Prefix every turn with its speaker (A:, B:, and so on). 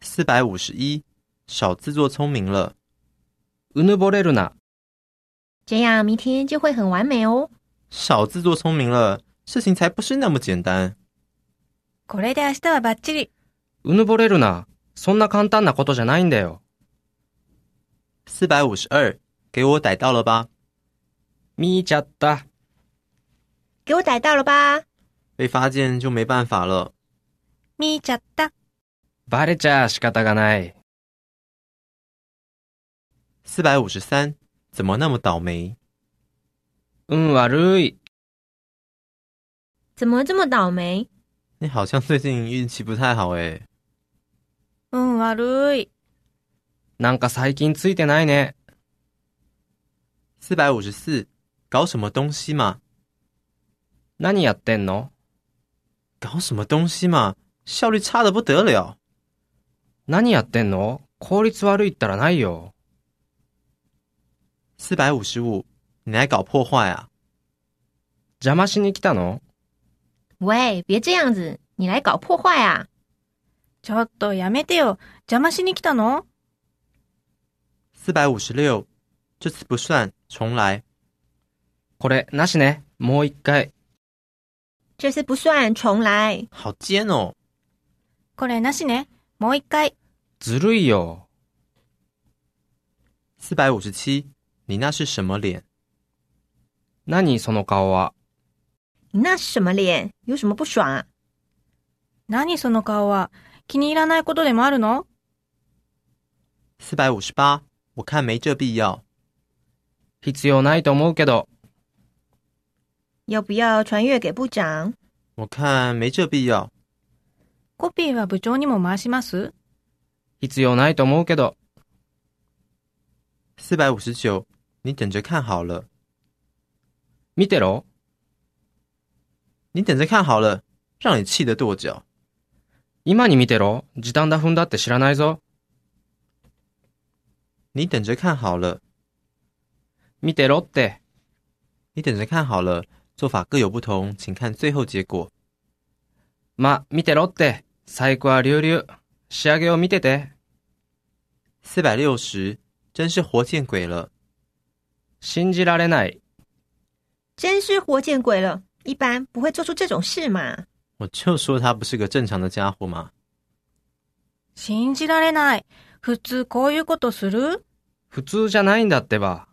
A: 四百五十一，少自作聪明了。
B: うぬぼれるな。
C: 这样明天就会很完美哦。
A: 少自作聪明了，事情才不是那么简单。
D: これで明日はバッチリ。
B: うぬぼれるな。そんな簡単なことじゃないんだよ。
A: 四百五十二，给我逮到了吧？
B: 見ちゃった。
C: 给我逮到了吧！
A: 被发现就没办法了。
D: 見ちゃった。
B: バレちゃ仕方がない。
A: 四百五十三，怎么那么倒霉？
B: 運悪い。
C: 怎么这么倒霉？
A: 你好像最近运气不太好诶。
D: 運悪い。
B: なんか最近ついてないね。
A: 四百五十四，搞什么东西嘛？
B: 何やってんの
A: 搞什么东西嘛？效率差的不得了。
B: 何やってんの効率悪いったらないよ。
A: 四百五十五，你来搞破坏啊？
B: 邪魔しに来たの
C: 喂，别这样子，你来搞破坏啊！
D: ちょっとやめてよ。邪魔しに来たの
A: 四百五十六，这次不算，重来。
B: これ、なしね。もう一回。
C: 这次不算，重来。
A: 好尖哦！
D: これなしね。もう一回。
B: ずるいよ。
A: 四百五十七，你那是什么脸？
B: 何その顔は。
C: 你那是什么脸？有什么不爽啊？
D: 何その顔は。気に入らないことでもあるの
A: 四百五十八，我看没这必要。
B: 必要ないと思うけど。
C: 要不要传阅给部长？
A: 我看没这必要。
D: コピーは部長にも回します
B: 必要ないと思うけど。
A: 四百五十九，你等着看好了，
B: 見てろ。
A: 你等着看好了，让你气得跺脚。
B: 今に見てろ。時短だ踏んだって知らないぞ。
A: 你等着看好了，
B: 見てろって。
A: 你等着看好了。做法各有不同，请看最后结果。
B: ま、見てろって。細工は流々。仕上げを見てて。
A: 四百六十，真是活见鬼了！
B: 信じられない。
C: 真是活见鬼了！一般不会做出这种事嘛。
A: 我就说他不是个正常的家伙嘛。
D: 信じられない。普通こういうことする
B: 普通じゃないんだってば。